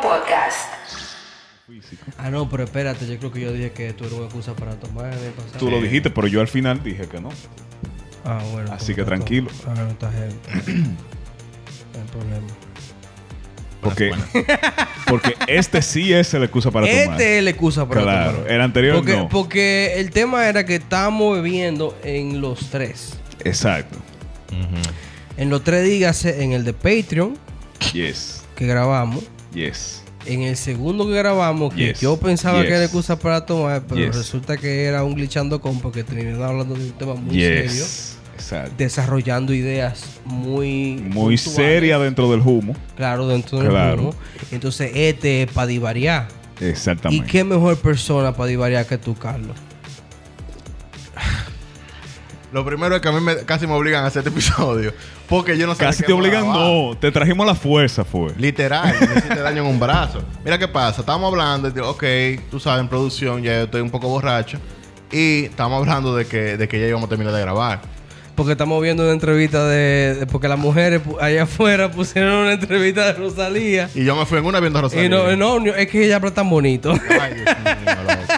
Podcast. Ah, no, pero espérate, yo creo que yo dije que tú eres una excusa para tomar. eh, pasar. Tú lo dijiste, pero yo al final dije que no. Ah, bueno. Así por que lo tranquilo. tanto, ahora no está heavy. no hay problema. Porque, porque este sí es la excusa para este tomar. es la excusa para Claro, tomar. el anterior porque, no. Porque el tema era que estábamos bebiendo en los tres. Exacto. En los tres, dígase, en el de Patreon Yes. que grabamos. Yes. En el segundo que grabamos, que Yes. yo pensaba Yes. que era excusa para tomar, pero Yes. resulta que era un glitchando con, porque terminaba hablando de un tema muy serio. Yes. Exacto. desarrollando ideas muy Muy puntuales. seria dentro del humo. claro dentro del Claro. mundo. entonces este es para divariar y Exactamente. qué mejor persona para divariar que tú Carlos Lo primero es que a mí me- casi me obligan a hacer este episodio. Porque yo no sé. Casi te obligan, no. Te trajimos la fuerza, fue. Literal, me hiciste daño en un brazo. Mira qué pasa, estábamos hablando, de, ok, tú sabes, en producción ya yo estoy un poco borracho. Y estábamos hablando de que, de que ya íbamos a terminar de grabar. porque estamos viendo una entrevista de, de- porque las mujeres pu- allá afuera pusieron una entrevista de Rosalía Y yo me fui en una viendo a Rosalía. y no, no, no, es que ella habla tan bonito. Ay, Dios mío, loco.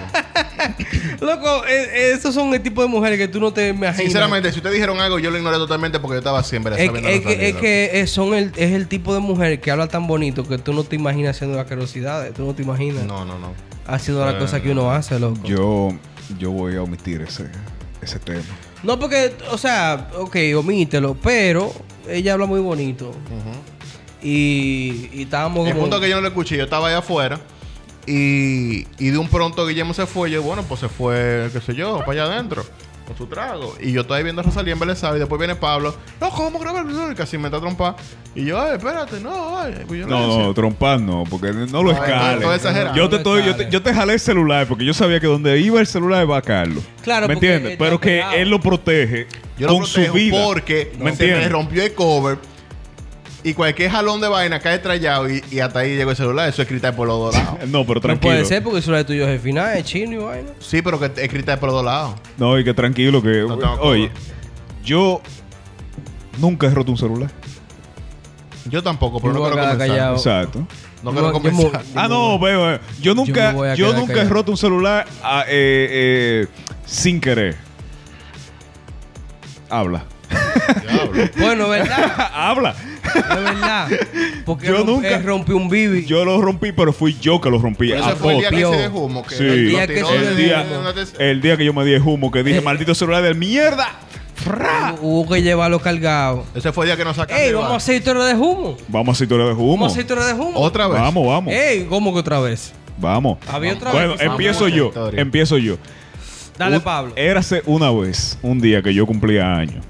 Loco, eh, eh, esos son el tipo de mujeres que tú no te imaginas. Sinceramente, si ustedes dijeron algo, yo lo ignoré totalmente porque yo estaba siempre es, viendo a es que, es Rosalía, que, eh, son el, es el tipo de mujer que habla tan bonito que tú no te imaginas haciendo vaquerosidades. Tú no te imaginas. loco. No, no, no. haciendo la cosa que uno hace, loco. Ah. Yo, yo voy a omitir ese, ese tema. No, porque, o sea, ok, omítelo, pero ella habla muy bonito. Y, y estábamos El como... punto que yo no lo escuché, yo estaba allá afuera. Y, y de un pronto Guillermo se fue. Yo, bueno, pues se fue, qué sé yo, para allá adentro. Con su trago. Y yo estoy viendo a Rosalía embelesada. Y después viene Pablo. No, ¿cómo grabar? Y casi me está trompa. Y yo, ay, espérate, no, ay. Pues yo le No, decía, no, trompar no, porque no lo Ay, todo escales. exagerado. Yo te, estoy- yo, te, yo te jalé el celular porque yo sabía que donde iba el celular va a Carlos. Claro, ¿Me porque entiendes? está Pero que pegado. él lo protege yo lo con su protejo vida. porque ¿Me se me entiendes? rompió el cover. Y cualquier jalón de vaina cae trallado. Y, y hasta ahí llegó el celular. Eso es cristal por los dos lados. No, pero No tranquilo. puede ser porque eso es tuyo es el final, es chino y vaina. sí, pero que es cristal por los dos lados. No, y que tranquilo que... No tengo oye, cover. yo nunca he roto un celular. Yo tampoco, pero Yo no voy a quiero quedar comenzar. callado. Exacto. Yo- No yo me- quiero comenzar. Yo Ah, me no, voy- veo, veo. Yo nunca, me voy a yo quedar nunca he callado. roto un celular ah, eh, eh, sin querer. Habla. Diablo. Bueno, ¿verdad? Habla. Es verdad. Porque Yo yo nunca- nunca rompí un bibi. Yo lo rompí, pero fui yo que lo rompí. Pero a ese fue el día que Apopio. se dejó humo. Que Sí. lo El día tiró que se en dejó el, humo. una día, tes- el día que yo me di humo, que dije, maldito celular de mierda. ¡Fra! Hubo que llevarlo cargado. Ese fue el día que nos sacaron. Ey, de vamos a bar. hacer historia de humo. Vamos a hacer historia de humo. Vamos a hacer historia de humo. Otra vez. Vamos, vamos. Ey, ¿cómo que otra vez? Vamos. Había otra Bueno, vez. empiezo Vamos a yo. hacer historia. Empiezo yo. Dale, Un- Pablo. Érase una vez, un día que yo cumplía años.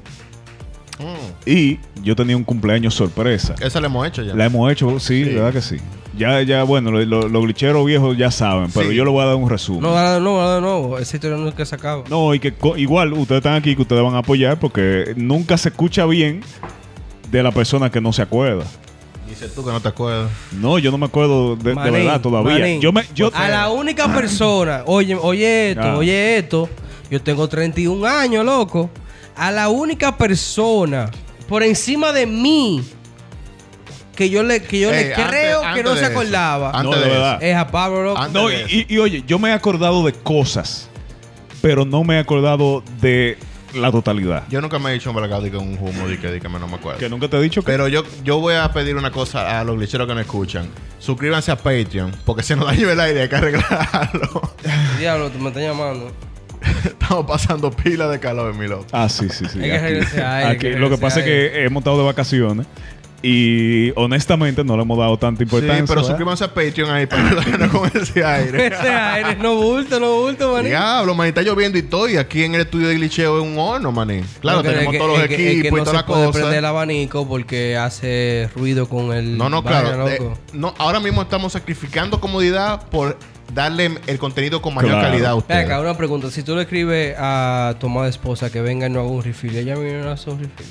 Mm, Y yo tenía un cumpleaños sorpresa. Esa la hemos hecho ya. La hemos hecho, sí, Sí. verdad que sí. Ya, ya, bueno, lo- lo- los glitcheros viejos ya saben, pero Sí. yo le voy a dar un resumen. No, No, dale de nuevo, dale de nuevo. Esa historia nunca se acaba. y que co- igual ustedes están aquí, que ustedes van a apoyar, porque nunca se escucha bien de la persona que no se acuerda. Dices tú que no te acuerdas. No, yo no me acuerdo de, de Manín, verdad todavía. Manín, Yo me, yo, a la única persona, oye, oye esto, Ah. oye esto, yo tengo 31 años, loco. A la única persona por encima de mí que yo le, que yo le Ey, antes- creo que antes no de se eso. acordaba Antes No, de de verdad. eso. es a Pablo, loco. Antes- no, y, y- y oye, yo me he acordado de cosas, pero no me he acordado de la totalidad. Yo nunca me he dicho un bracado de que un humo de que, de que me- no me acuerdo. Que nunca te he dicho que... Pero yo, yo voy a pedir una cosa a los glitcheros que no escuchan. Suscríbanse a Patreon, porque se nos dañó el aire, hay que arreglarlo. Diablo, tú me estás llamando. Estamos pasando pila de calor, mi loco. Ah, sí, sí, sí. Hay que aquí. regresar a él, hay Aquí. que Lo que regresar pasa es a que hemos estado de vacaciones y honestamente no le hemos dado tanta Sí, importancia. pero ¿verdad? suscríbanse a Patreon ahí para arreglarnos con ese aire. Ese aire, no bulto, no bulto, maní. Diablo, maní, está lloviendo y todo. Y aquí en el estudio de glitcheo es un horno, maní. Claro, Porque tenemos es que- todos los es que- es equipos que y no todas se las puede cosas. prender el abanico porque hace ruido con el. No, no, vaina, claro. loco. Eh, no, ahora mismo estamos sacrificando comodidad por darle el contenido con mayor Claro. calidad a Ven ustedes. acá, una pregunta. Si tú le escribes a tu amada esposa que venga y no haga un refill, ella viene y no hace un refill.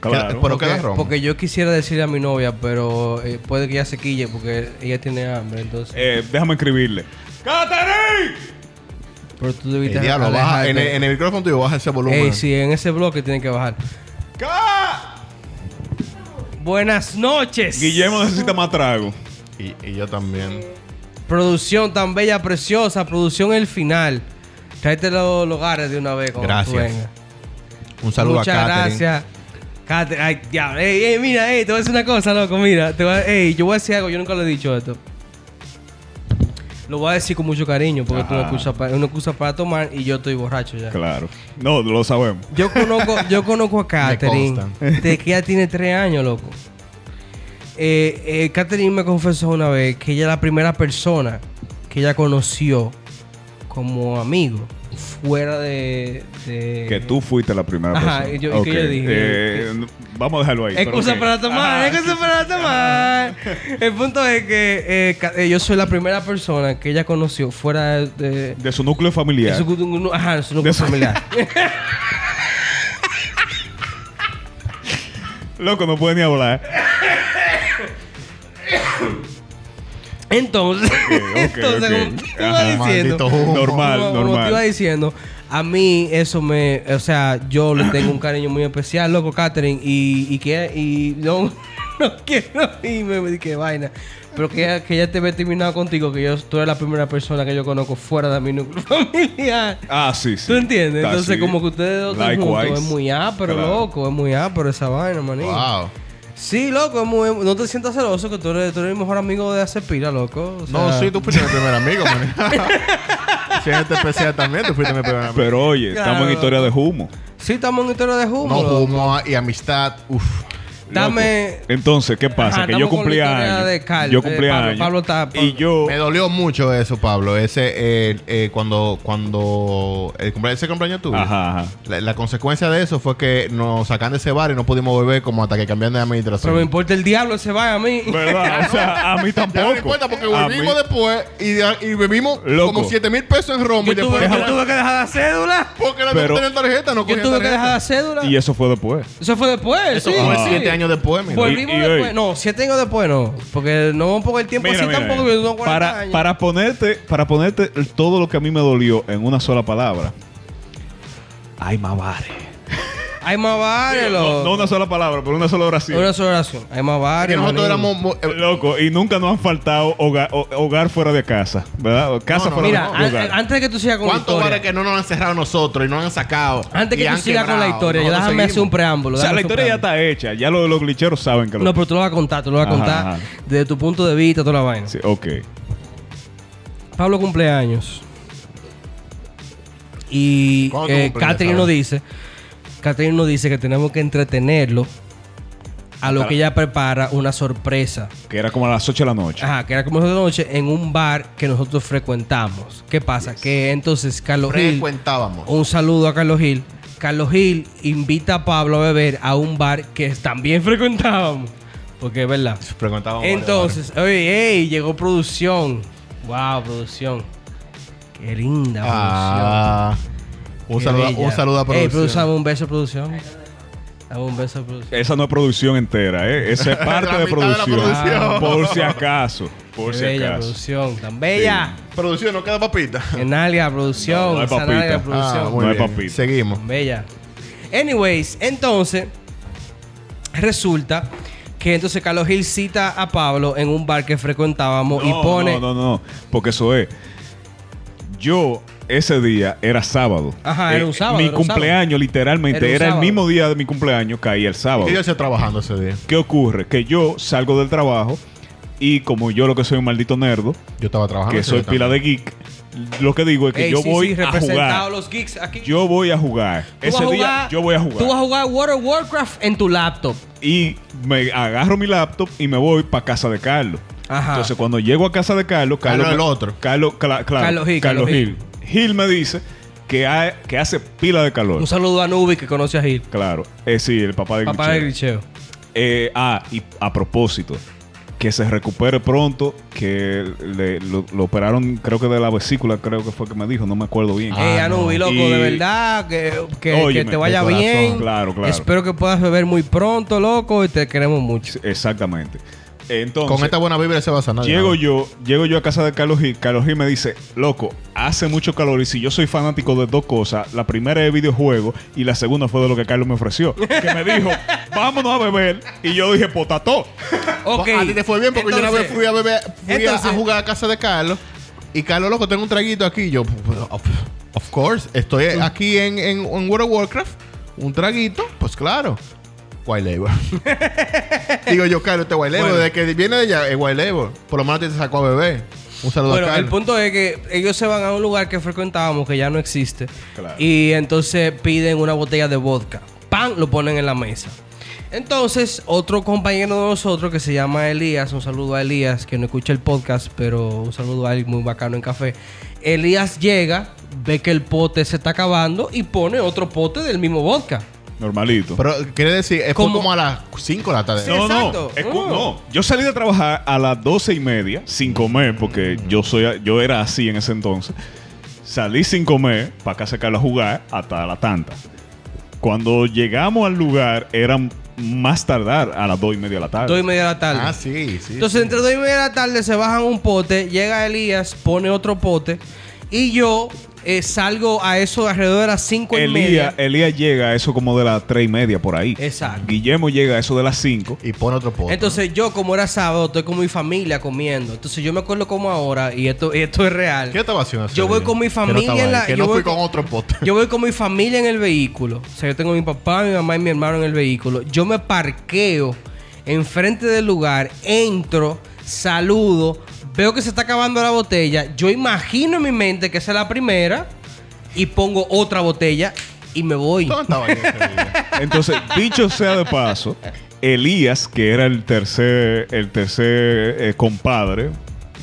Claro. Queda- pero- Porque, queda ron. porque yo quisiera decirle a mi novia, pero eh, puede que ella se quille porque ella tiene hambre, entonces. Eh, déjame escribirle. ¡Catherine! pero tú Eh, El debiste diablo, baja. alejarte. En el, en el micrófono tuyo baja ese volumen. Ey, sí, en ese bloque tienen que bajar. ¡Ca! Buenas noches. Guillermo necesita más trago. Y, y yo también. Producción tan bella, preciosa. Producción el final. Tráete los hogares de una vez. cuando Gracias. tú vengas. Un saludo Muchas a Catherine. gracias. Catherine, ay, diablo. Ey, ey, mira, ey, te voy a decir una cosa, loco. Mira, te voy a- ey, yo voy a decir algo, yo nunca le he dicho esto. Lo voy a decir con mucho cariño porque tú no Ajá. excusas para, una excusa para tomar y yo estoy borracho ya. Claro. No, lo sabemos. Yo conozco, yo conozco a Katherine consta. desde que ella tiene tres años, loco. Eh, eh, Katherine me confesó una vez que ella la primera persona que ella conoció como amigo fuera de... de- Que tú fuiste la primera Ajá, persona. y yo- y que Ok. yo dije, Eh, vamos a dejarlo ahí. pero Excusa ok. para tomar, Ajá, excusa para tomar. El punto es que eh, ca- eh, yo soy la primera persona que ella conoció fuera de, de De su núcleo familiar. su, gu- ajá, de su núcleo De su- familiar. Loco, no puede ni hablar. Entonces, ok, entonces ok. como te Ajá. iba diciendo, Maldito humo. Normal, como- como te normal. iba diciendo, a mí eso me, o sea, yo le tengo un cariño muy especial, loco, Catherine, y, y que y no, no quiero irme, me di que vaina. Pero que ella, que ella te ve terminado contigo, que yo, tú eres la primera persona que yo conozco fuera de mi núcleo familiar. Ah, sí, sí. ¿Tú entiendes? Ah, Entonces, sí. como que ustedes dos están juntos, Likewise. es muy ápero, Claro. loco, es muy ápero esa vaina, manito. Wow. Sí, loco, es muy, no te sientas celoso que tú eres, tú eres mi mejor amigo de hace pila, loco. O No, sea, sí, tú fuiste mi primer amigo, man. si en este especial también, tú fuiste mi primer amigo. Pero oye, estamos Claro. en historia de humo. Sí, estamos en historia de humo. No loco. humo y amistad. Uf. Dame. Entonces, ¿qué pasa? Ajá, que yo estamos con la cumplía historia años. de Carl, yo eh, cumplía Pablo, años. Pablo está- y yo. Me dolió mucho eso, Pablo. Ese, eh, eh, cuando, cuando el cumple- ese cumpleaños tuyo. Ajá, ajá. La, la consecuencia de eso fue que nos sacan de ese bar y no pudimos volver como hasta que cambiaron de administración. Pero me importa el diablo, se va a mí. ¿Verdad? O sea, a mí Ya tampoco. no me importa porque A mí- Ah, volvimos después y, y bebimos Loco. como 7 mil pesos en Roma Yo y después tuve, yo tuve que dejar la cédula. porque no Pero- tenían tarjeta, no Yo cogían tuve que tarjeta. dejar la cédula. Y eso fue después. Eso fue después. Eso sí, fue sí. 7 años después, mira. Volví- Volvimos Y- y después. hoy. No, siete años después no. Porque no, porque el tiempo Mira, así mira, tampoco. mira. porque yo tengo 40 para, años. para ponerte, para ponerte todo lo que a mí me dolió en una sola palabra. Ay, mamare. Hay más bares, No, no loco. una sola palabra, pero una sola oración. Una sola oración. Hay más Porque bares. nosotros manito. éramos mo- eh, Loco, y nunca nos han faltado hogar, ho- hogar fuera de casa, ¿verdad? O Casa No, no, fuera Mira, de an- hogar. antes de que tú sigas con la ¿Cuántos historia. bares que no nos han cerrado nosotros y no nos han sacado? Antes Y que tú han sigas con la quebrado? historia, yo Nosotros déjame hacer un seguimos. preámbulo. o sea, déjame la hacer un historia ya preámbulo. está hecha. Ya los, los glitcheros saben que lo... No, pero tú lo vas a contar, tú lo vas a Ajá, contar ajá. desde tu punto de vista, toda la vaina. Sí, ok. Pablo cumpleaños. Y ¿Cuándo tú eh, cumples, Catherine nos Pablo? dice, Catherine nos dice que tenemos que entretenerlo a lo Para- que ella prepara una sorpresa. Que era como a las 8 de la noche. Ajá, que era como de noche en un bar que nosotros frecuentamos. ¿Qué pasa? Que entonces Carlos Gil, Frecuentábamos. un saludo a Carlos Gil. Carlos Gil invita a Pablo a beber a un bar que también frecuentábamos. Porque es verdad. Frecuentábamos. varios Entonces, oye, ey, llegó producción. Wow, producción. Qué linda bares. Ah, un, Qué saludo, bella. un saludo a Ey, producción. dame un beso a producción. Dame un beso a producción. Esa no es producción entera, ¿eh? Esa es parte La de, mitad de la producción. producción. Por si acaso. Por Qué si bella acaso. producción, tan bella. Producción, no queda papita. En alga No, producción, no hay esa nalga, papita. Ah, producción. bueno. No hay papita. Ah, Seguimos. Tan bella. Anyways, entonces, resulta que entonces Carlos Gil cita a Pablo en un bar que frecuentábamos y No, pone. No, no, no. Porque eso es. Yo, ese día era sábado. Eh, Ajá, era un sábado, Mi era un cumpleaños, literalmente. Era un Era, el sábado. mismo día de mi cumpleaños, caía el sábado. Y yo estoy trabajando ese día. ¿Qué ocurre? Que yo salgo del trabajo y como yo lo que soy un maldito nerdo, Yo estaba Ah, trabajando. que soy pila de geek, lo que digo es que Ey, yo sí, voy sí, a representado jugar. los geeks aquí. Yo voy a jugar. Tú Ese vas día a jugar- yo voy a Tú vas jugar. a jugar World of Warcraft en tu laptop. Y me agarro mi laptop y me voy para casa de Carlos. Ajá. Entonces cuando llego a casa de Carlos, Carlos Carlos el me- otro. Carlos, cla- claro, Carlos Gil, Carlos Carlos Gil. Gil me dice que, ha- que hace pila de calor. Un saludo a Nubi que conoce a Gil. Claro, es sí, el papá de Papá de Glitchero. Gricheo. Eh, ah, y a propósito, que se recupere pronto, que le- lo, lo operaron, creo que de la vesícula, creo que fue que me dijo, no me acuerdo bien. Ah, Ey, a Nubi, no. Eh, loco, Y- de verdad, que, que- que Óyeme, te vaya de corazón, bien. claro, claro. Espero que puedas beber muy pronto, loco, y te queremos mucho. Sí, Exactamente. Entonces, Con este esta buena vibra se va a sanar. Llego yo, llego yo a casa de Carlos Gil. Carlos Gil me dice, loco, hace mucho calor y si yo soy fanático de dos cosas, la primera es videojuego y la segunda fue de lo que Carlos me ofreció. Que me dijo, vámonos a beber. Y yo dije, potató. Ok. Pues, A ti te fue bien porque yo una vez Entonces, fui a beber, fui a- entonces- a jugar a casa de Carlos. Y Carlos, loco, tengo un traguito aquí. Y Yo, pues, of, of course, estoy aquí en, en, en World of Warcraft. Un traguito, pues claro. White Label. Digo yo, Carlos, este White Label. Bueno. Desde que viene de allá, es White Label. Por lo menos te sacó a beber. Un saludo a Bueno, el Carlos. punto es que ellos se van a un lugar que frecuentábamos que ya no existe. Claro. Y entonces piden una botella de vodka. Pan, lo ponen en la mesa. Entonces, otro compañero de nosotros que se llama Elías, un saludo a Elías, que no escucha el podcast, pero un saludo a él muy bacano en café. Elías llega, ve que el pote se está acabando y pone otro pote del mismo vodka. Normalito. Pero quiere decir, es fue Como- como a las 5 de la tarde. Sí, no, exacto. no, escu- Mm. no. Yo salí de trabajar a las doce y media sin comer porque yo soy, yo era así en ese entonces. Salí sin comer para acá sacarla a jugar hasta la tanta. Cuando llegamos al lugar eran más tardar a las dos y media de la tarde. Dos y media de la tarde. Ah, sí, sí. Entonces, entre dos y media de la tarde se bajan un pote, llega Elías, pone otro pote, y yo eh, salgo a eso alrededor de las cinco y Elías media. Elías llega a eso como de las tres y media por ahí. Exacto. Guillermo llega a eso de las cinco. Y pone otro pote. Entonces, yo, como era sábado, estoy con mi familia comiendo. Entonces, yo me acuerdo como ahora, y esto, y esto es real. ¿Qué estaba haciendo? ese Yo voy día? con mi Que no familia estaba en ahí, la- Que yo no voy fui con- con otro pote. Yo voy con mi familia en el vehículo. O sea, yo tengo a mi papá, mi mamá y mi hermano en el vehículo. Yo me parqueo enfrente del lugar, entro, saludo, veo que se está acabando la botella. Yo imagino en mi mente que esa es la primera y pongo otra botella y me voy. ¿Dónde estaba yo ese día? Entonces, dicho sea de paso, Elías, que era el tercer, el tercer eh, compadre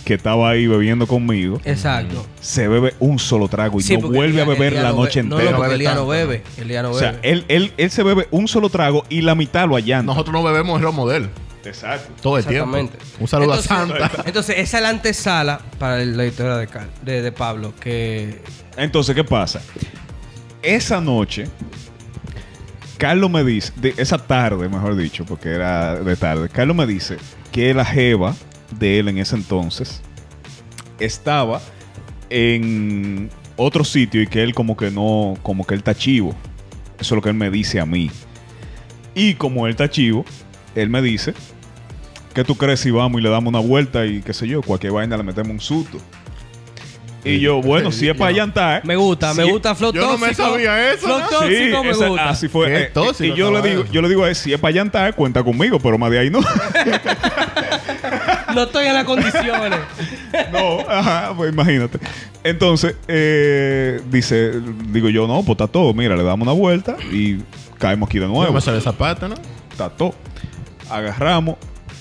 que estaba ahí bebiendo conmigo, Exacto. se bebe un solo trago y Sí, no porque vuelve a Elías- beber Elías la no noche be- entera. No, no, porque bebe Elías no tanto, bebe. Elías no o bebe. sea, él, él, él se bebe un solo trago y la mitad lo allanta. Nosotros no bebemos el model Exacto. todo el tiempo. Exactamente. Un saludo Entonces- a Santa. Entonces, esa es la antesala para la historia de, Cal- de, de Pablo, que Entonces, ¿qué pasa? Esa noche, Carlos me dice, de- esa tarde, mejor dicho, porque era de tarde, Carlos me dice que la jeva de él en ese entonces estaba en otro sitio y que él como que no, como que él está chivo. Eso es lo que él me dice a mí. Y como él está chivo, él me dice, ¿qué tú crees si vamos y le damos una vuelta y qué sé yo? Cualquier vaina le metemos un susto. Y yo, bueno, si es para allantar. Me gusta, me si- gusta Flow Yo no me Tóxico. sabía eso, Flow ¿no? Sí, Tóxico me esa- gusta. así fue. Qué Eh, tóxico y yo le esta digo, vaina. yo le digo, a él, si es para allantar, cuenta conmigo, pero más de ahí no. No estoy en las condiciones. No, ajá, pues imagínate. Entonces, eh, dice, digo yo, no, pues está todo. Mira, le damos una vuelta y caemos aquí de Bueno, nuevo. me sale zapata, ¿no? Está todo. Agarramos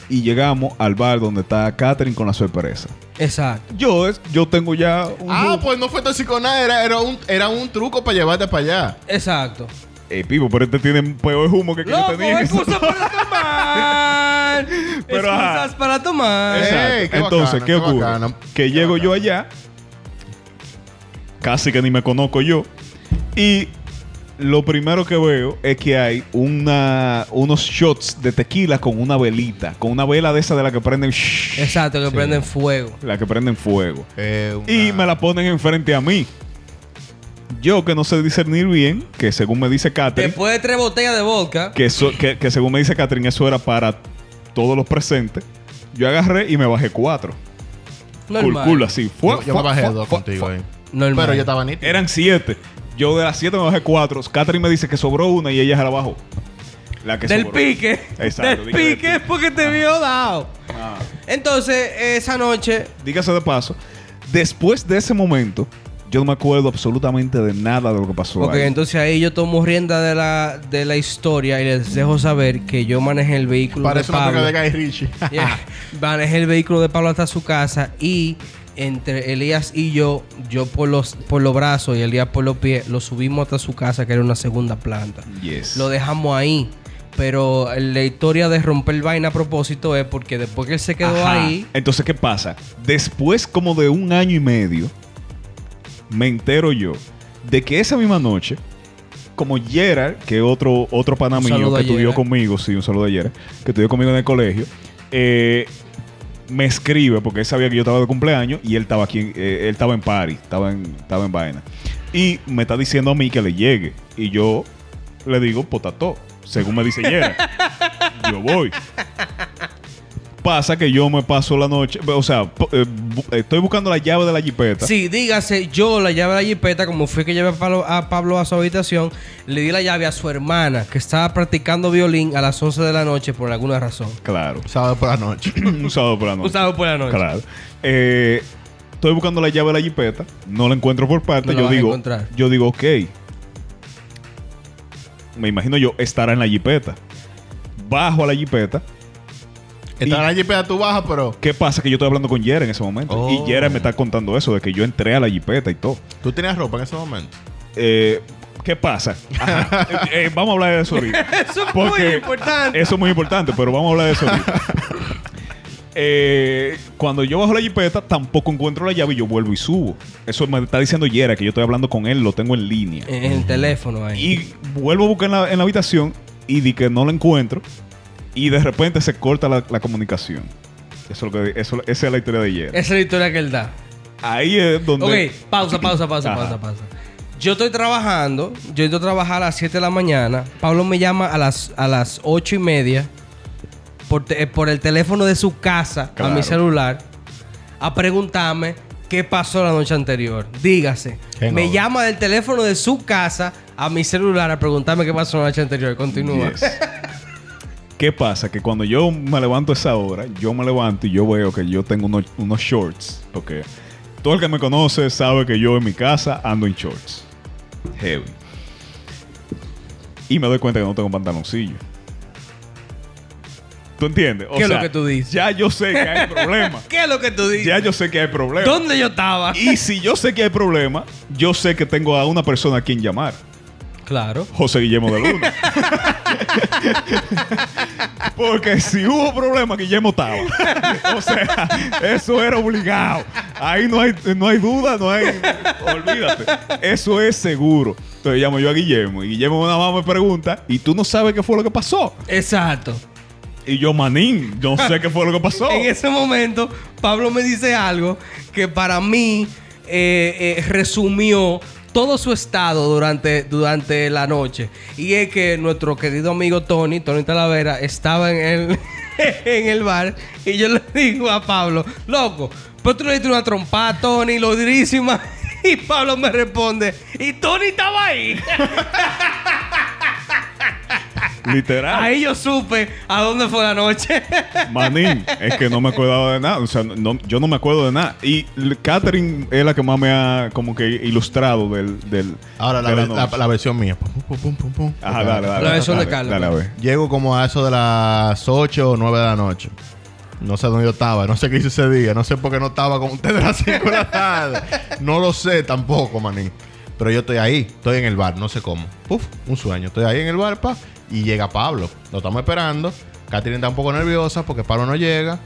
y llegamos al bar donde está Catherine con la sorpresa. Exacto. Yo, es- yo tengo ya un. Ah, grupo. pues no fue tóxico nada, era, era, un, era un truco para llevarte para allá. Exacto. Eh, pivo, pero este tiene peor humo que, que yo Loco, tenía. en ese excusas para tomar. Pero, ajá. excusas para tomar. Eh, Exacto. Ey, qué Entonces, bacano, ¿qué qué ocurre? bacano. que Qué llego bacano. yo allá, casi que ni me conozco yo, y lo primero que veo es que hay una, unos shots de tequila con una velita, con una vela de esa de la que prenden shhh, Exacto, que prenden fuego. la que prenden fuego. Eh, una- Y me la ponen enfrente a mí. Yo que no sé discernir bien, que según me dice Catherine, Después de tres botellas de vodka. que, eso- que, que según me dice Catherine, eso era para todos los presentes, yo agarré y me bajé cuatro. Normal. Cool, cool, así. Fua, Yo, yo me fua, bajé fua, dos fua, contigo fua. ahí. Normal. Pero yo estaba nítido. Eran siete. Yo de las siete me bajé cuatro. Catherine me dice que sobró una y ella se la bajó. La que Del sobró. pique. Exacto, Del dije del pique pique. porque te vio dado. Ah. Entonces, esa noche. Dígase de paso. Después de ese momento, yo no me acuerdo absolutamente de nada de lo que pasó. Ok, ahí. entonces ahí yo tomo rienda de la, de la historia y les dejo saber que yo manejé el vehículo de Parece una Pablo. película de Guy Ritchie. Yeah. Manejé el vehículo de Pablo hasta su casa y entre Elías y yo, yo por los, por los brazos y Elías por los pies, lo subimos hasta su casa, que era una segunda planta. Yes. Lo dejamos ahí. Pero la historia de romper vaina a propósito es porque después que él se quedó Ajá. ahí, Entonces, ¿qué pasa? Después como de un año y medio, me entero yo de que esa misma noche, como Gerard, que es otro, otro pana Un mío saludo que a estudió Gerard. conmigo, sí, un saludo a Gerard, que estudió conmigo en el colegio, eh, me escribe porque él sabía que yo estaba de cumpleaños y él estaba aquí, eh, él estaba en party, estaba en, estaba en vaina. Y me está diciendo a mí que le llegue. Y yo le digo, potato, según me dice llega. yo voy. Pasa que yo me paso la noche, o sea, po- eh, bu- estoy buscando la llave de la jipeta. Sí, dígase, yo la llave de la jipeta, como fui que llevé a Pablo, a Pablo a su habitación, le di la llave a su hermana, que estaba practicando violín a las 11 de la noche por alguna razón. Claro. Sábado por la noche. Un sábado por la noche. Un sábado por la noche. Claro. Eh, estoy buscando la llave de la jipeta, no la encuentro por parte. No la yo vas a digo, encontrar. yo digo, ok. Me imagino yo estará en la jipeta. Bajo a la jipeta. Está en la jipeta, tú bajas, pero ¿Qué pasa? Que yo estoy hablando con Jera en ese momento. Oh. Y Jera me está contando eso, de que yo entré a la jipeta y todo. tú tenías ropa en ese momento. Eh, ¿Qué pasa? Ajá. Eh, eh, vamos a hablar de eso ahorita. Eso es Porque muy importante. Eso es muy importante, pero vamos a hablar de eso ahorita. Eh, cuando yo bajo la jipeta, tampoco encuentro la llave y yo vuelvo y subo. Eso me está diciendo Yera, que yo estoy hablando con él, lo tengo en línea. En el teléfono ahí. Y vuelvo a buscar en la, en la habitación y di que no la encuentro. Y de repente se corta la, la comunicación. Eso es lo que, eso, esa es la historia de Yera. Esa es la historia que él da. Ahí es donde. Eh, Ok, pausa, pausa, pausa, Ajá. pausa, pausa. Yo estoy trabajando, yo entro a trabajar a las 7 de la mañana. Pablo me llama a las, a las 8 y media por, te- eh, por el teléfono de su casa a Claro. mi celular a preguntarme qué pasó la noche anterior. Dígase. Qué Me noble. llama del teléfono de su casa a mi celular a preguntarme qué pasó la noche anterior. Continúa. Yes. ¿Qué pasa? Que cuando yo me levanto a esa hora, yo me levanto y yo veo que yo tengo unos, unos shorts. Porque todo el que me conoce sabe que yo en mi casa ando en shorts. Heavy. Y me doy cuenta que no tengo pantaloncillo. ¿Tú entiendes? O ¿Qué es lo sea, que tú dices? Ya yo sé que hay problema. ¿Qué es lo que tú dices? ya yo sé que hay problema. ¿Dónde yo estaba? Y si yo sé que hay problema, yo sé que tengo a una persona a quien llamar. Claro. José Guillermo de Luna. Porque si hubo problema, Guillermo estaba. o sea, eso era obligado. Ahí no hay, no hay duda, no hay. Olvídate. Eso es seguro. Entonces llamo yo a Guillermo. Y Guillermo nada más me pregunta: ¿Y tú no sabes qué fue lo que pasó? Exacto. Y yo, Manín, no sé qué fue lo que pasó. Oh. En ese momento, Pablo me dice algo que para mí eh, eh, resumió todo su estado durante, durante la noche. Y es que nuestro querido amigo Tony, Tony Talavera, estaba en el, en el bar y yo le digo a Pablo, loco, pero tú le diste una trompada a Tony, lo durísima. Y Pablo me responde, y Tony estaba ahí. Literal. Ahí yo supe a dónde fue la noche. Manín, es que no me acordaba de nada. O sea, no- yo no me acuerdo de nada. Y l- Catherine es la que más me ha como que ilustrado del. del Ahora la, de ve- la, noche. la versión mía. Pum, pum, pum, pum, pum. Ajá, dale, dale. La versión dale, de Carlos. pues. Dale, a ver. Llego como a eso de las 8 o 9 de la noche. No sé dónde yo estaba, no sé qué hice ese día, no sé por qué no estaba con ustedes a las 5 de la tarde. No lo sé tampoco, manín. Pero yo estoy ahí, estoy en el bar, no sé cómo. Puf, un sueño. Estoy ahí en el bar, pa, y llega Pablo. Lo estamos esperando. Catherine está un poco nerviosa porque Pablo no llega.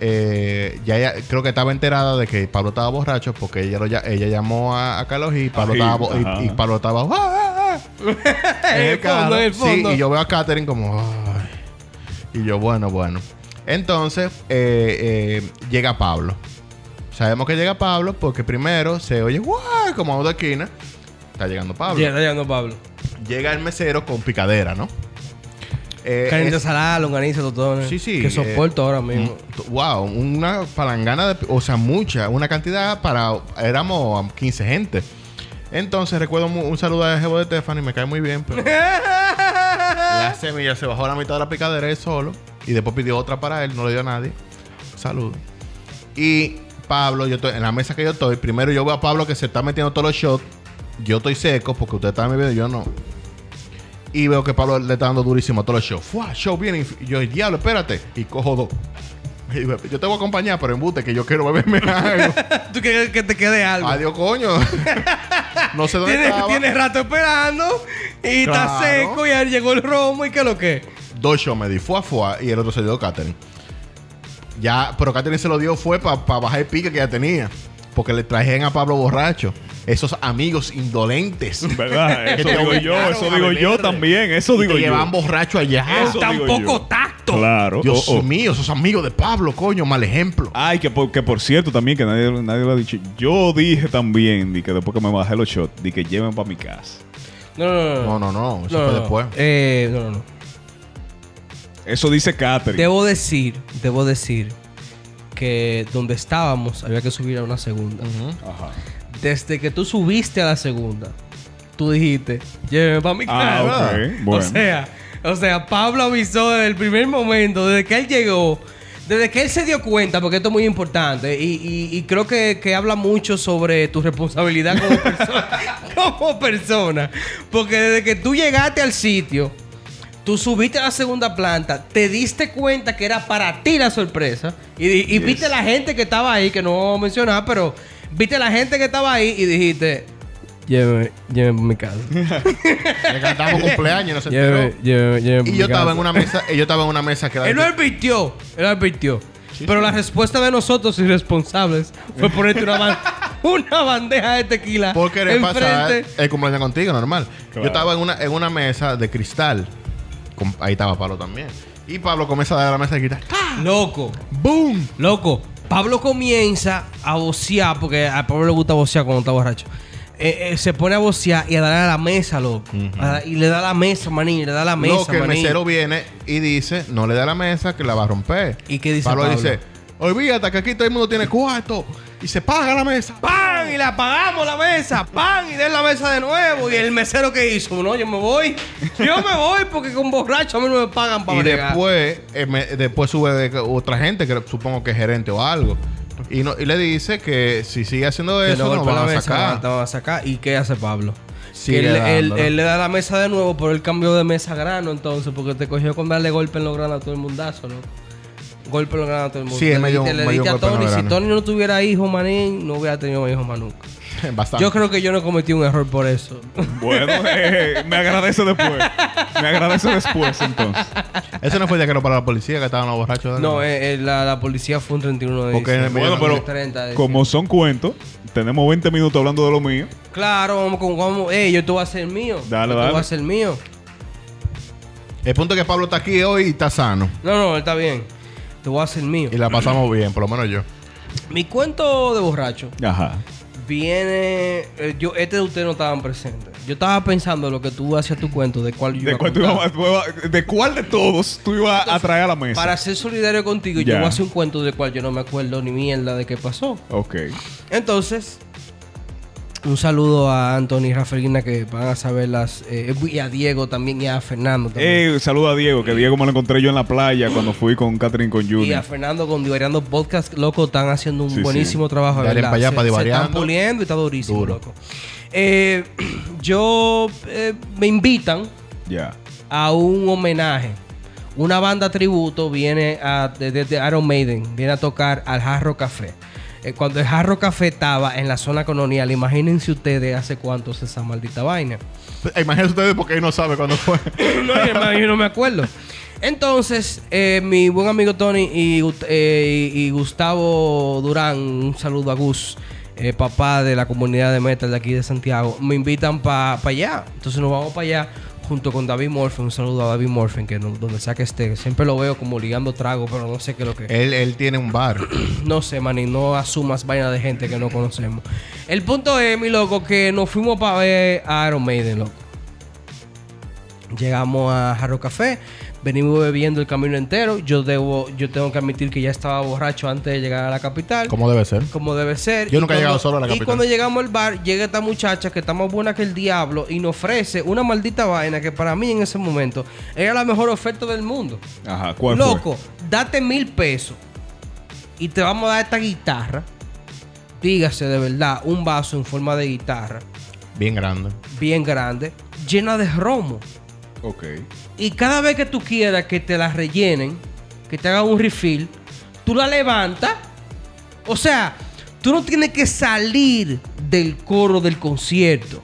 Eh, ya ella- creo que estaba enterada de que Pablo estaba borracho porque ella, lo ya- ella llamó a, a Carlos y Pablo Ay, estaba, bo- y- ajá. y Pablo estaba "Ah, ah, ah" En el carro. fondo, en el Eh, Sí, fondo. y yo veo a Katherine como. "Ay". Y yo, bueno, bueno. Entonces, eh, eh, llega Pablo. Sabemos que llega Pablo porque primero se oye, ¡guay! Como a una esquina. Está llegando Pablo. Ya está llegando Pablo. Llega el mesero con picadera, ¿no? Eh, Carne de es- salada, longaniza, totones. Sí, sí, Que eh, soporto ahora mismo. Mm, t- wow, una palangana de... O sea, mucha. Una cantidad para... Éramos 15 gente. Entonces, recuerdo mu- un saludo a Jebo de Stephanie. Me cae muy bien, pero... La semilla se bajó a la mitad de la picadera él solo. Y después pidió otra para él. No le dio a nadie. Saludos. Y Pablo, yo estoy, en la mesa que yo estoy, primero yo veo a Pablo que se está metiendo todos los shots. Yo estoy seco porque usted está viendo yo no. Y veo que Pablo le está dando durísimo a todos los shots. ¡Fua! Show viene. Y yo, diablo, espérate. Y cojo dos. Y digo, Yo te voy a acompañar, pero embute que yo quiero beberme algo. ¿Tú quieres que te quede algo? Adiós, coño. no sé dónde Tienes, estaba. tienes rato esperando y está Claro. seco y ahí llegó el romo y qué lo que. dos shots me di fue a fue y el otro se lo dio a Katherine. Ya, pero Katherine se lo dio fue para bajar el pique que ya tenía. Porque le trajeron a Pablo borracho. Esos amigos indolentes. ¿Verdad? Eso Que te digo yo, obligaron eso a digo yo beber. también, eso Y digo te yo. llevan borracho allá. Eso digo Tampoco yo. está. ¡Exacto! Claro. Dios Oh, oh. mío, esos amigos de Pablo, coño, mal ejemplo. Ay, que por, que por cierto también, que nadie, nadie lo ha dicho. Yo dije también, di que después que me bajé los shots, di que lleven para mi casa. No, no, no. No, no, no, eso fue después. Eh, no, no, no. Eso dice Catherine. Debo decir, debo decir que donde estábamos había que subir a una segunda. Ajá. Desde que tú subiste a la segunda, tú dijiste, lléveme para mi Ah, casa. ok. Bueno. O sea, o sea, Pablo avisó desde el primer momento, desde que él llegó, desde que él se dio cuenta, porque esto es muy importante, y, y- y creo que, que habla mucho sobre tu responsabilidad como persona, como persona. Porque desde que tú llegaste al sitio, tú subiste a la segunda planta, te diste cuenta que era para ti la sorpresa, y, di- y Yes. viste la gente que estaba ahí, que no vamos a mencionar, pero viste la gente que estaba ahí y dijiste, lléveme, lléveme a mi casa. Le cantamos cumpleaños, no se Lléveme, enteró. lléveme, lléveme pa' Y yo mi estaba casa. en una mesa, y yo estaba en una mesa que era Él lo advirtió, él lo advirtió. Pero la respuesta de nosotros irresponsables fue ponerte una, ban- una bandeja de tequila porque era pasar enfrente. el cumpleaños contigo, normal. Claro. Yo estaba en una, en una mesa de cristal. Con- ahí estaba Pablo también. Y Pablo comienza a dar a la mesa de cristal. ¡Ah! Loco, ¡Boom! loco. Pablo comienza a vocear, porque a Pablo le gusta vocear cuando está borracho. Eh, eh, se pone a vocear y a darle a la mesa, loco. A dar- y le da a la mesa, maní, le da a la mesa, Lo que el maní. mesero viene y dice, no le da la mesa que la va a romper. ¿Y qué dice Pablo? Pablo? dice, olvídate que aquí todo el mundo tiene cuarto y se paga la mesa. ¡Pam! Y le apagamos la mesa. ¡Pam! Y den la mesa de nuevo. Y el mesero que hizo, no, yo me voy. Yo me voy porque con borracho a mí no me pagan para Y bregar. después, eh, me- después sube de- otra gente que supongo que es gerente o algo. Y, no, y le dice que si sigue haciendo Que eso, no nos golpea la van a mesa, sacar. Te van a sacar. ¿Y qué hace Pablo? Sigue Que él, él- dándole. él le da la mesa de nuevo por el cambio de mesa a grano, entonces, porque te cogió con darle golpe en los granos a todo el mundazo, ¿no? Golpe en los granos a todo el mundo. Sí, Le es medio- diste- le medio diste a golpe en los Tony. Si granos. Tony no tuviera hijo, manín, no hubiera tenido más hijos más nunca. Bastante. Yo creo que yo no cometí un error por eso. Bueno, eh, me agradece después. Me agradece después, entonces. Eso no fue ya que lo para la policía, que estaban los borrachos. no, eh, eh, la, la policía fue un 31 de Porque diciembre. en el medio- pero Bueno, 30 de Como son cuentos, tenemos 20 minutos hablando de lo mío. diciembre. Claro, vamos con... Vamos, eh, yo te voy a hacer el mío. Dale, yo Te dale. voy a hacer el mío. El punto es que Pablo está aquí hoy y está sano. No, no, está bien. Te voy a hacer el mío. Y la pasamos bien, por lo menos yo. Mi cuento de borracho Ajá. viene. eh, yo, este de ustedes no estaban presentes. Yo estaba pensando lo que tú hacías tu cuento, de cuál yo iba ¿De a cuál, tú contar. ibas- tú ibas- de cuál de todos tú ibas a traer a la mesa? Para ser solidario contigo, yo Ya. voy a hacer un cuento del cual yo no me acuerdo ni mierda de qué pasó. Ok. Entonces, un saludo a Anthony y Rafaelina que van a saber las. eh, y a Diego también y a Fernando también. Eh, saludo a Diego, que Diego me lo encontré yo en la playa cuando fui con Catherine con y Junior. a Fernando con Divariando Podcast, loco, están haciendo un Sí, sí. buenísimo trabajo. de Dale verdad. pa' allá, Se- pa' se están Divariando. puliendo y está durísimo, Duro. loco. Eh, yo. eh, me invitan. Ya. a un homenaje. Una banda tributo viene a, de, de- de Iron Maiden, viene a tocar al Jarro Café. Eh, cuando el Jarro Café estaba en la zona colonial, imagínense ustedes hace cuántos esa maldita vaina. Eh, Imagínense ustedes porque él no sabe cuándo fue. no, yo, me- yo no me acuerdo. Entonces, eh, mi buen amigo Tony y, Gut- eh, y- y Gustavo Durán, un saludo a Gus, eh, papá de la comunidad de metal de aquí de Santiago, me invitan para allá. Entonces nos vamos para allá junto con David Morphin. Un saludo a David Morphin, que no- donde sea que esté, siempre lo veo como ligando trago, pero no sé qué es lo que él, él tiene un bar. no sé, maní, no asumas vaina de gente que no conocemos. El punto es, mi loco, que nos fuimos para ver a Iron Maiden, loco. Llegamos a Jarro Café, venimos bebiendo el camino entero. Yo debo, yo tengo que admitir que ya estaba borracho antes de llegar a la capital. ¿Cómo debe ser? Como debe ser. Yo nunca Y he llegado cuando- solo a la Y capital. cuando llegamos al bar, llega esta muchacha que está más buena que el diablo y nos ofrece una maldita vaina que para mí en ese momento era la mejor oferta del mundo. Ajá. ¿Cuál Pues fue? Loco, date mil pesos y te vamos a dar esta guitarra. Dígase de verdad, un vaso en forma de guitarra, Bien grande. bien grande, llena de romo. Ok. Y cada vez que tú quieras que te la rellenen, que te hagan un refill, tú la levantas. O sea, tú no tienes que salir del coro del concierto.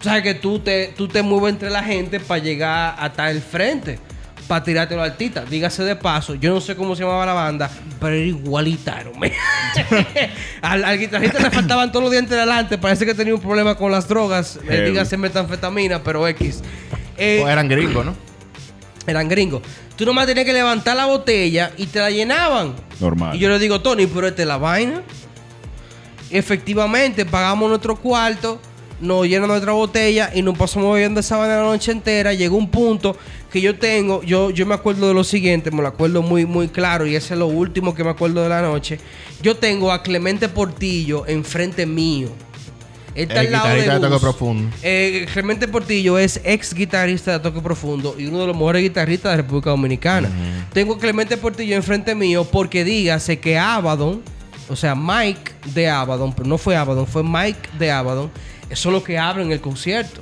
O sea, que tú te, tú te mueves entre la gente para llegar hasta el frente, para tirarte la altita. Dígase de paso, yo no sé cómo se llamaba la banda, pero era igualita. Iron Maiden. al, al guitarrista le faltaban todos los dientes delante. Parece que tenía un problema con las drogas. Eh, Heavy. dígase metanfetamina, pero X. Eh, O eran Pues gringos, ¿no? eran gringos. Tú nomás tenías que levantar la botella y te la llenaban. Normal. Y yo le digo, Tony, pero esta es la vaina. Efectivamente, pagamos nuestro cuarto, nos llenan nuestra botella y nos pasamos bebiendo esa vaina la noche entera. Llegó un punto que yo tengo, yo, yo me acuerdo de lo siguiente, me lo acuerdo muy, muy claro y ese es lo último que me acuerdo de la noche. Yo tengo a Clemente Portillo enfrente mío. Él Está El al lado de, guitarrista de Toque Gus. Profundo. Eh, Clemente Portillo es ex guitarrista de Toque Profundo y uno de los mejores guitarristas de República Dominicana. Tengo a Clemente Portillo enfrente mío porque dígase que Abaddon, o sea, Mike de Abaddon, pero no fue Abaddon, fue Mike de Abaddon, son los que abren el concierto.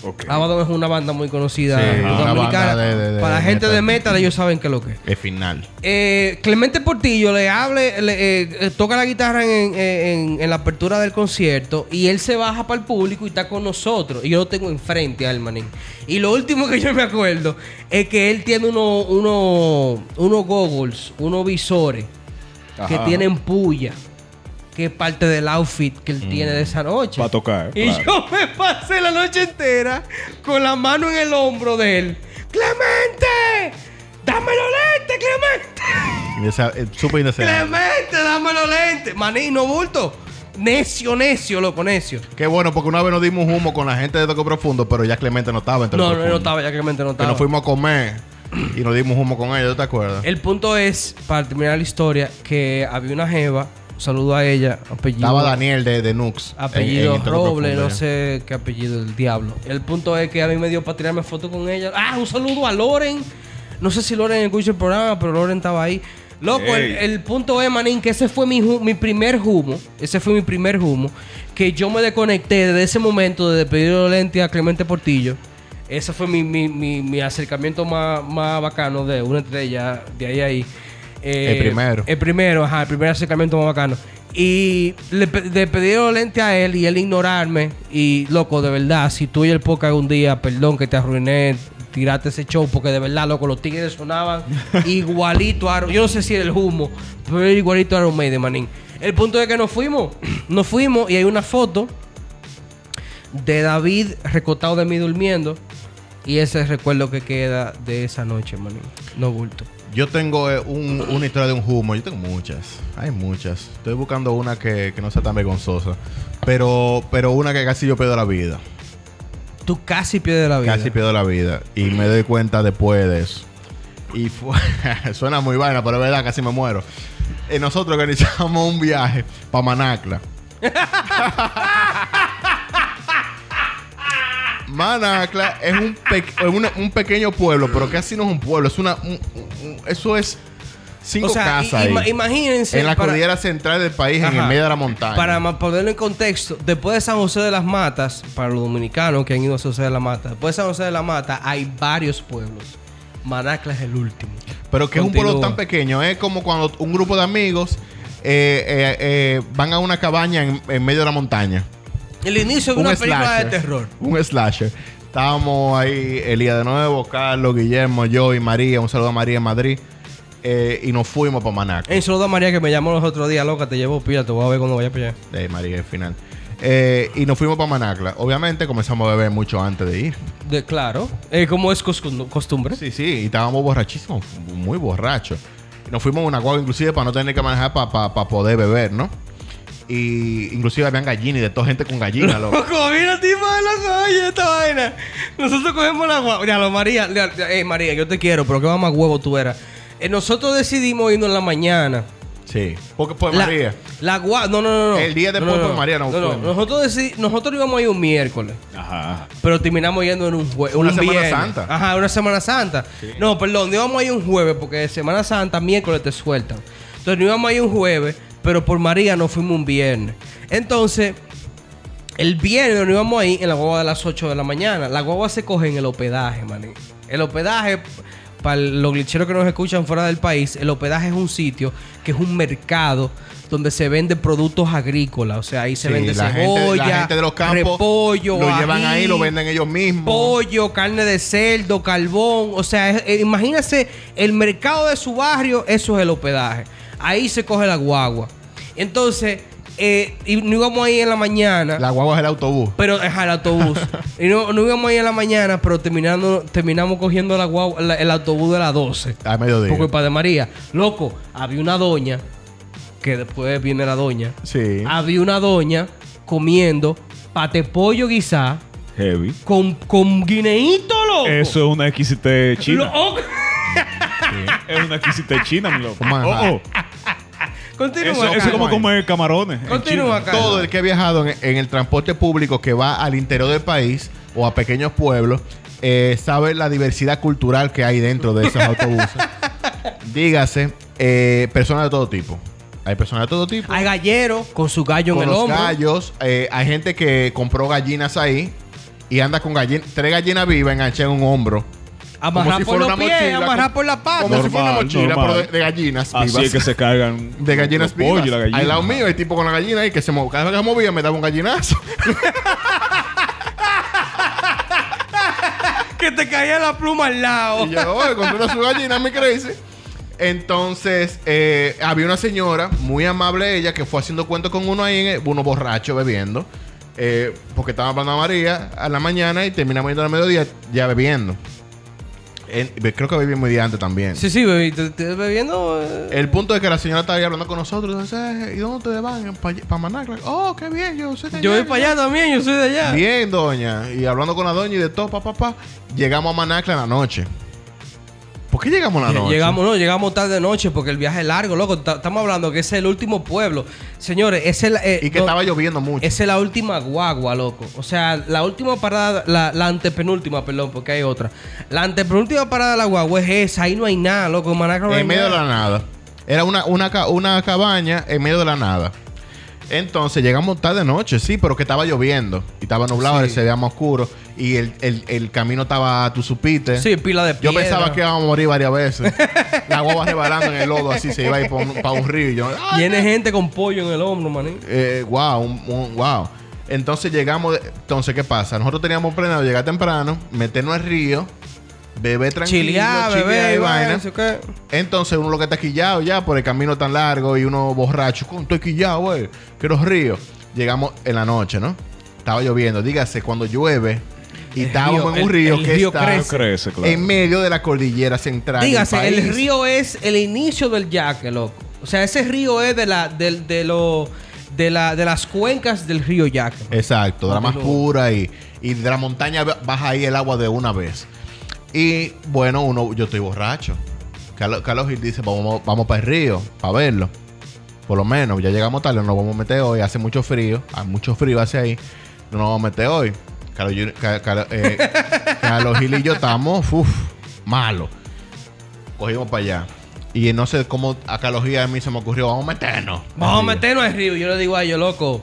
Ok. Abaddon es una banda muy conocida Sí, eh, una dominicana. banda de- de- de Para la gente metal. de metal, ellos saben que lo que es. El final. Eh, Clemente Portillo le hable, le, eh, eh, toca la guitarra en, en- en la apertura del concierto y él se baja para el público y está con nosotros. Y yo lo tengo enfrente al manín. Y lo último que yo me acuerdo es que él tiene uno- uno- unos goggles, unos visores que Ajá. tienen puya, que es parte del outfit que él tiene de esa noche. Mm. Pa' tocar, Y claro. yo me pasé la noche entera con la mano en el hombro de él. ¡Clemente! ¡Dame los lentes, Clemente! Y esa- eh, Súper innecesario. ¡Clemente, dame los lentes! Maní, no bulto. Necio, necio, loco, necio. Qué bueno, porque una vez nos dimos humo con la gente de Toque Profundo, pero ya Clemente no estaba en Toque No, no, Profundo. no estaba, ya Clemente no Que estaba. nos fuimos a comer y nos dimos humo con ellos, ¿te acuerdas? El punto es, para terminar la historia, que había una jeva, un saludo a ella, apellido. Estaba Daniel de, de Nux. en- Apellido en Toque Roble, Profundo, no ya. sé qué apellido del diablo. El punto es que a mí me dio para tirarme foto con ella. Ah, un saludo a Loren. No sé si Loren escucha el programa, pero Loren estaba ahí. Loco, el, Ey. el punto es, manín, que ese fue mi, ju- mi primer humo. Ese fue mi primer humo. Que yo me desconecté desde ese momento de pedir los lentes a Clemente Portillo. Ese fue mi, mi- mi- mi acercamiento más, más bacano de una estrella de ahí a ahí. Eh, El primero. el primero, ajá, el primer acercamiento más bacano. Y le, pe- le pedí los lentes a él y él ignorarme. Y loco, de verdad, si tú y el podcast un día, perdón que te arruiné, tiraste ese show, porque de verdad, loco, los tigres sonaban igualito a Iron- Yo no sé si era el humo, pero era igualito a Iron Maiden, manín. El punto es que nos fuimos, nos fuimos y hay una foto de David recotado de mí durmiendo. Y ese es el recuerdo que queda de esa noche, manín. No bulto. Yo tengo eh, un- una historia de un humo. Yo tengo muchas. Hay muchas. Estoy buscando una que, que no sea tan vergonzosa. Pero, pero una que casi yo pierdo la vida. Tú casi pierdes la vida. Casi pierdo la vida. Y me doy cuenta después de eso. Y fue, suena muy vaina, pero es verdad, casi me muero. Eh, nosotros organizamos un viaje para Manacla. Manacla es un, pe- es una- un pequeño pueblo, pero casi no es un pueblo. Es una, un- un- un- eso es cinco O sea, casas i- ima- ahí, imagínense. en la para- cordillera central del país, en Ajá. el medio de la montaña. Para ma- ponerlo en contexto, después de San José de las Matas, para los dominicanos que han ido a San José de las Matas, después de San José de las Matas hay varios pueblos. Manacla es el último. Pero que es un pueblo Continúa. tan pequeño. Es como cuando un grupo de amigos eh, eh, eh, van a una cabaña en, en medio de la montaña. El inicio de un una película de terror. Un slasher. Estábamos ahí, Elías de nuevo, Carlos, Guillermo, yo y María. Un saludo a María en Madrid. Eh, y nos fuimos para Manacla. En saludo a María que me llamó los otros días, loca, te llevo pilla, te voy a ver cuando vaya para allá. De María, el final. Eh, y nos fuimos para Manacla. Obviamente comenzamos a beber mucho antes de ir. De, claro, eh, como es costum- costumbre. Sí, sí, y estábamos borrachísimos, muy borrachos. Y Nos fuimos a una guagua inclusive para no tener que manejar para poder beber, ¿no? Y inclusive habían gallinas y de toda gente con gallinas, loco. Loco, mira, tipo de loco, oye, esta vaina. Nosotros cogemos la guagua. Ya, lo María, ya, ya, eh, María, yo te quiero, pero qué más huevo tú eras. Eh, nosotros decidimos irnos en la mañana. Sí. Porque fue la, María. La gua- no, no, no, no. El día después por María no fuimos. Nosotros, deci- nosotros íbamos a ir un miércoles, Ajá. pero terminamos yendo en un jueves. Una un Semana viernes. Santa. Ajá, una Semana Santa. No, perdón, no íbamos a ir un jueves, porque Semana Santa, miércoles te sueltan. Entonces no íbamos a ir un jueves, pero por María nos fuimos un viernes. Entonces, el viernes nos íbamos ahí en la guagua de las 8 de la mañana. La guagua se coge en el hospedaje, maní. El hospedaje, para los glitcheros que nos escuchan fuera del país, el hospedaje es un sitio que es un mercado donde se venden productos agrícolas. O sea, ahí se Sí, vende la cebolla, gente, la gente de los campos repollo, lo llevan ají, ahí, lo venden ellos mismos. Pollo, carne de cerdo, carbón. O sea, es- eh, imagínense, el mercado de su barrio, eso es el hospedaje. Ahí se coge la guagua. Entonces, eh, y no íbamos ahí en la mañana. La guagua es el autobús. Pero es al autobús. y no, no íbamos ahí en la mañana, pero terminando, terminamos cogiendo la guagua- la- el autobús de las 12. A mediodía. Por culpa de María. Loco, había una doña, que después viene la doña. Sí. Había una doña comiendo pate pollo guisá Heavy. con, con guineíto, loco. oh, Eso es una exquisitez china. Loco. Es una exquisitez china, mi loco. Con manjar. Oh, oh. Continúa. Eso, eso es Carlos. como comer camarones. en Continúa, China. Carlos. Todo el que ha viajado en, en el transporte público que va al interior del país o a pequeños pueblos eh, sabe la diversidad cultural que hay dentro de esos autobuses. Dígase, eh, personas de todo tipo. Hay personas de todo tipo. Hay gallero con su gallo con en el los hombro. gallos. eh, hay gente que compró gallinas ahí y anda con gallinas, tres gallinas vivas enganchadas en un hombro. Amarrar Como si por fuera los una pies, mochila, amarrar como- por la pata. Ah, Como si fuera una Normal, mochila, normal. pero de, de gallinas Así vivas. es que se cargan De los gallinas pollos vivas. y la gallina. Al lado mío, el tipo con la gallina ahí que se movía. Cada vez que se movía me daba un gallinazo. Que te caía la pluma al lado. Y yo, oye, compré una su gallina, mi crazy. Entonces, eh, había una señora, muy amable ella, que fue haciendo cuentos con uno ahí, en el- uno borracho bebiendo. eh, porque estaba hablando a María a la mañana y terminamos yendo al mediodía ya bebiendo. En- creo que bebí muy día antes también. Sí, sí, bebé. Te, te- bebiendo. eh, El punto es que la señora estaba ahí hablando con nosotros. Entonces, ¿y dónde ustedes van? ¿Para Manacla? Oh, qué bien, yo sé que yo voy ya- para allá también, yo soy de allá. Bien, doña. Y hablando con la doña y de todo, papá, papá. Llegamos a Manacla en la noche. ¿Por qué llegamos en la noche? Llegamos, no, llegamos tarde de noche porque el viaje es largo, loco. Ta- Estamos hablando que ese es el último pueblo. Señores, ese es el. eh, Y que no, estaba lloviendo mucho. Esa es la última guagua, loco. O sea, la última parada, la, la antepenúltima, perdón, porque hay otra. La antepenúltima parada de la guagua es esa. Ahí no hay nada, loco. En Manacro no hay en medio de nada. la nada. Era una, una, ca- una cabaña en medio de la nada. Entonces llegamos tarde de noche, sí, pero que estaba lloviendo. Y estaba nublado, Sí. se veía más oscuro. Y el, el- el camino estaba, tú supiste. Sí, pila de Yo piedra. pensaba que íbamos a morir varias veces. la guagua rebalando en el lodo, así se iba a ir para un, pa' un río. Y yo, ¡ay, Tiene gente con pollo en el hombro, maní. Eh, wow, un- un- wow. Entonces llegamos. de- Entonces, ¿qué pasa? Nosotros teníamos planeado llegar temprano, meternos al río, beber tranquilo, Chilear, chilear bebé, y vaina. vaina. ¿qué? Entonces, uno lo que está quillado ya por el camino tan largo y uno borracho, con estoy quillado, güey, quiero río. Llegamos en la noche, ¿no? Estaba lloviendo. Dígase, cuando llueve y El estábamos río, en un el- río el que río está crece. Crece, claro. Pues, en medio de la cordillera central. del Dígase, el país. río es el inicio del yaque, loco. O sea, ese río es de la, del- de, lo- de la, de las cuencas del río yaque. Exacto, de la más Continúa. pura y, y de la montaña ba- baja ahí el agua de una vez. Y bueno, uno, yo estoy borracho. Carlos, Carlos Gil dice, vamos, vamos para el río, para verlo. Por lo menos, ya llegamos tarde, no nos vamos a meter hoy, hace mucho frío, hay mucho frío hace ahí, no nos vamos a meter hoy. Carlos, Gil- Ca- Carlos, eh, Carlos Gil y yo estamos, uff, malos. Cogimos para allá. Y no sé cómo a Carlos Gil y a mí se me ocurrió, vamos a meternos. Vamos a Al río. meternos al río. Yo le digo a ellos, loco.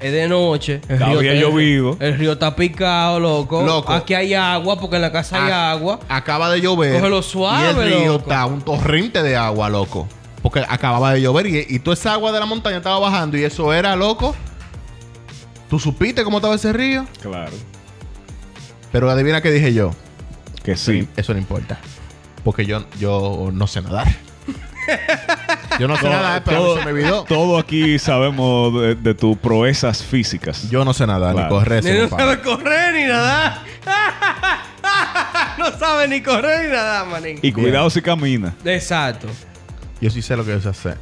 Es de noche. El Había está- llovido. El río está picado, loco. Loco. Aquí hay agua porque en la casa hay Ah. agua. Acaba de llover. Cógelo suave, Y el río loco. está un torrente de agua, loco. Porque acababa de llover y, y toda esa agua de la montaña estaba bajando. Y eso era, loco. ¿Tú supiste cómo estaba ese río? Claro. Pero adivina qué dije yo. Que sí. Eso no importa. Porque yo, yo no sé nadar. yo no sé nadar, pero todo- se me olvidó. Todo aquí sabemos de, de tus proezas físicas. Yo no sé nadar, ni Claro. correr. Ni se me no para. sabe correr ni nadar. no sabe ni correr ni nadar, manín. y cuidado si camina. Exacto. Yo sí sé lo que yo sé hacer.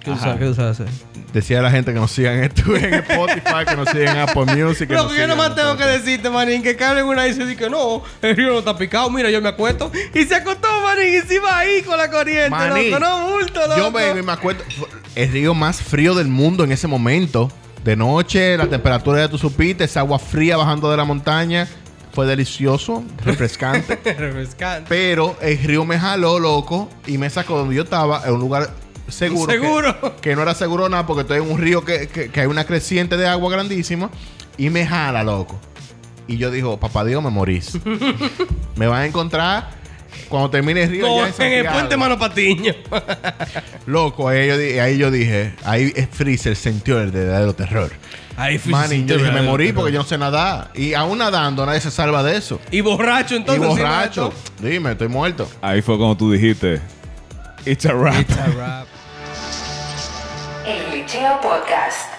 ¿Qué tú sabes? ¿Qué tú sabes hacer? Decía a la gente que nos sigan en esto- en Spotify, que nos sigan en Apple Music. que Lo nos que yo sigan nomás en tengo todo. que decirte, manín, que Carmen una vez dice que no, el río no está picado, mira, yo me acuesto. Y se acostó, manín, y se iba ahí con la corriente, Manín, loco, no bulto, loco. Yo, baby, me acuerdo. El río más frío del mundo en ese momento. De noche, la temperatura ya tú supiste, esa agua fría bajando de la montaña. Fue delicioso, refrescante. Refrescante. pero el río me jaló, loco, y me sacó donde yo estaba, en un lugar seguro. que- Seguro. Que, no era seguro nada, porque estoy en un río que, que- que hay una creciente de agua grandísima. Y me jala, loco. Y yo digo, papá Dios, me morís. me van a encontrar cuando termine el río. No, ya en el Santiago. puente Mano Patiño. Loco, ahí yo, di- ahí yo dije, ahí es Freezer sintió el verdadero terror. Ahí fui- Manny, yo dije, me morí porque yo no sé nadar. Y aún nadando, nadie se salva de eso. Y borracho, Y entonces. borracho. Dime, estoy muerto. Ahí fue cuando tú dijiste. It's a wrap. sí, mato. El Cheo Podcast.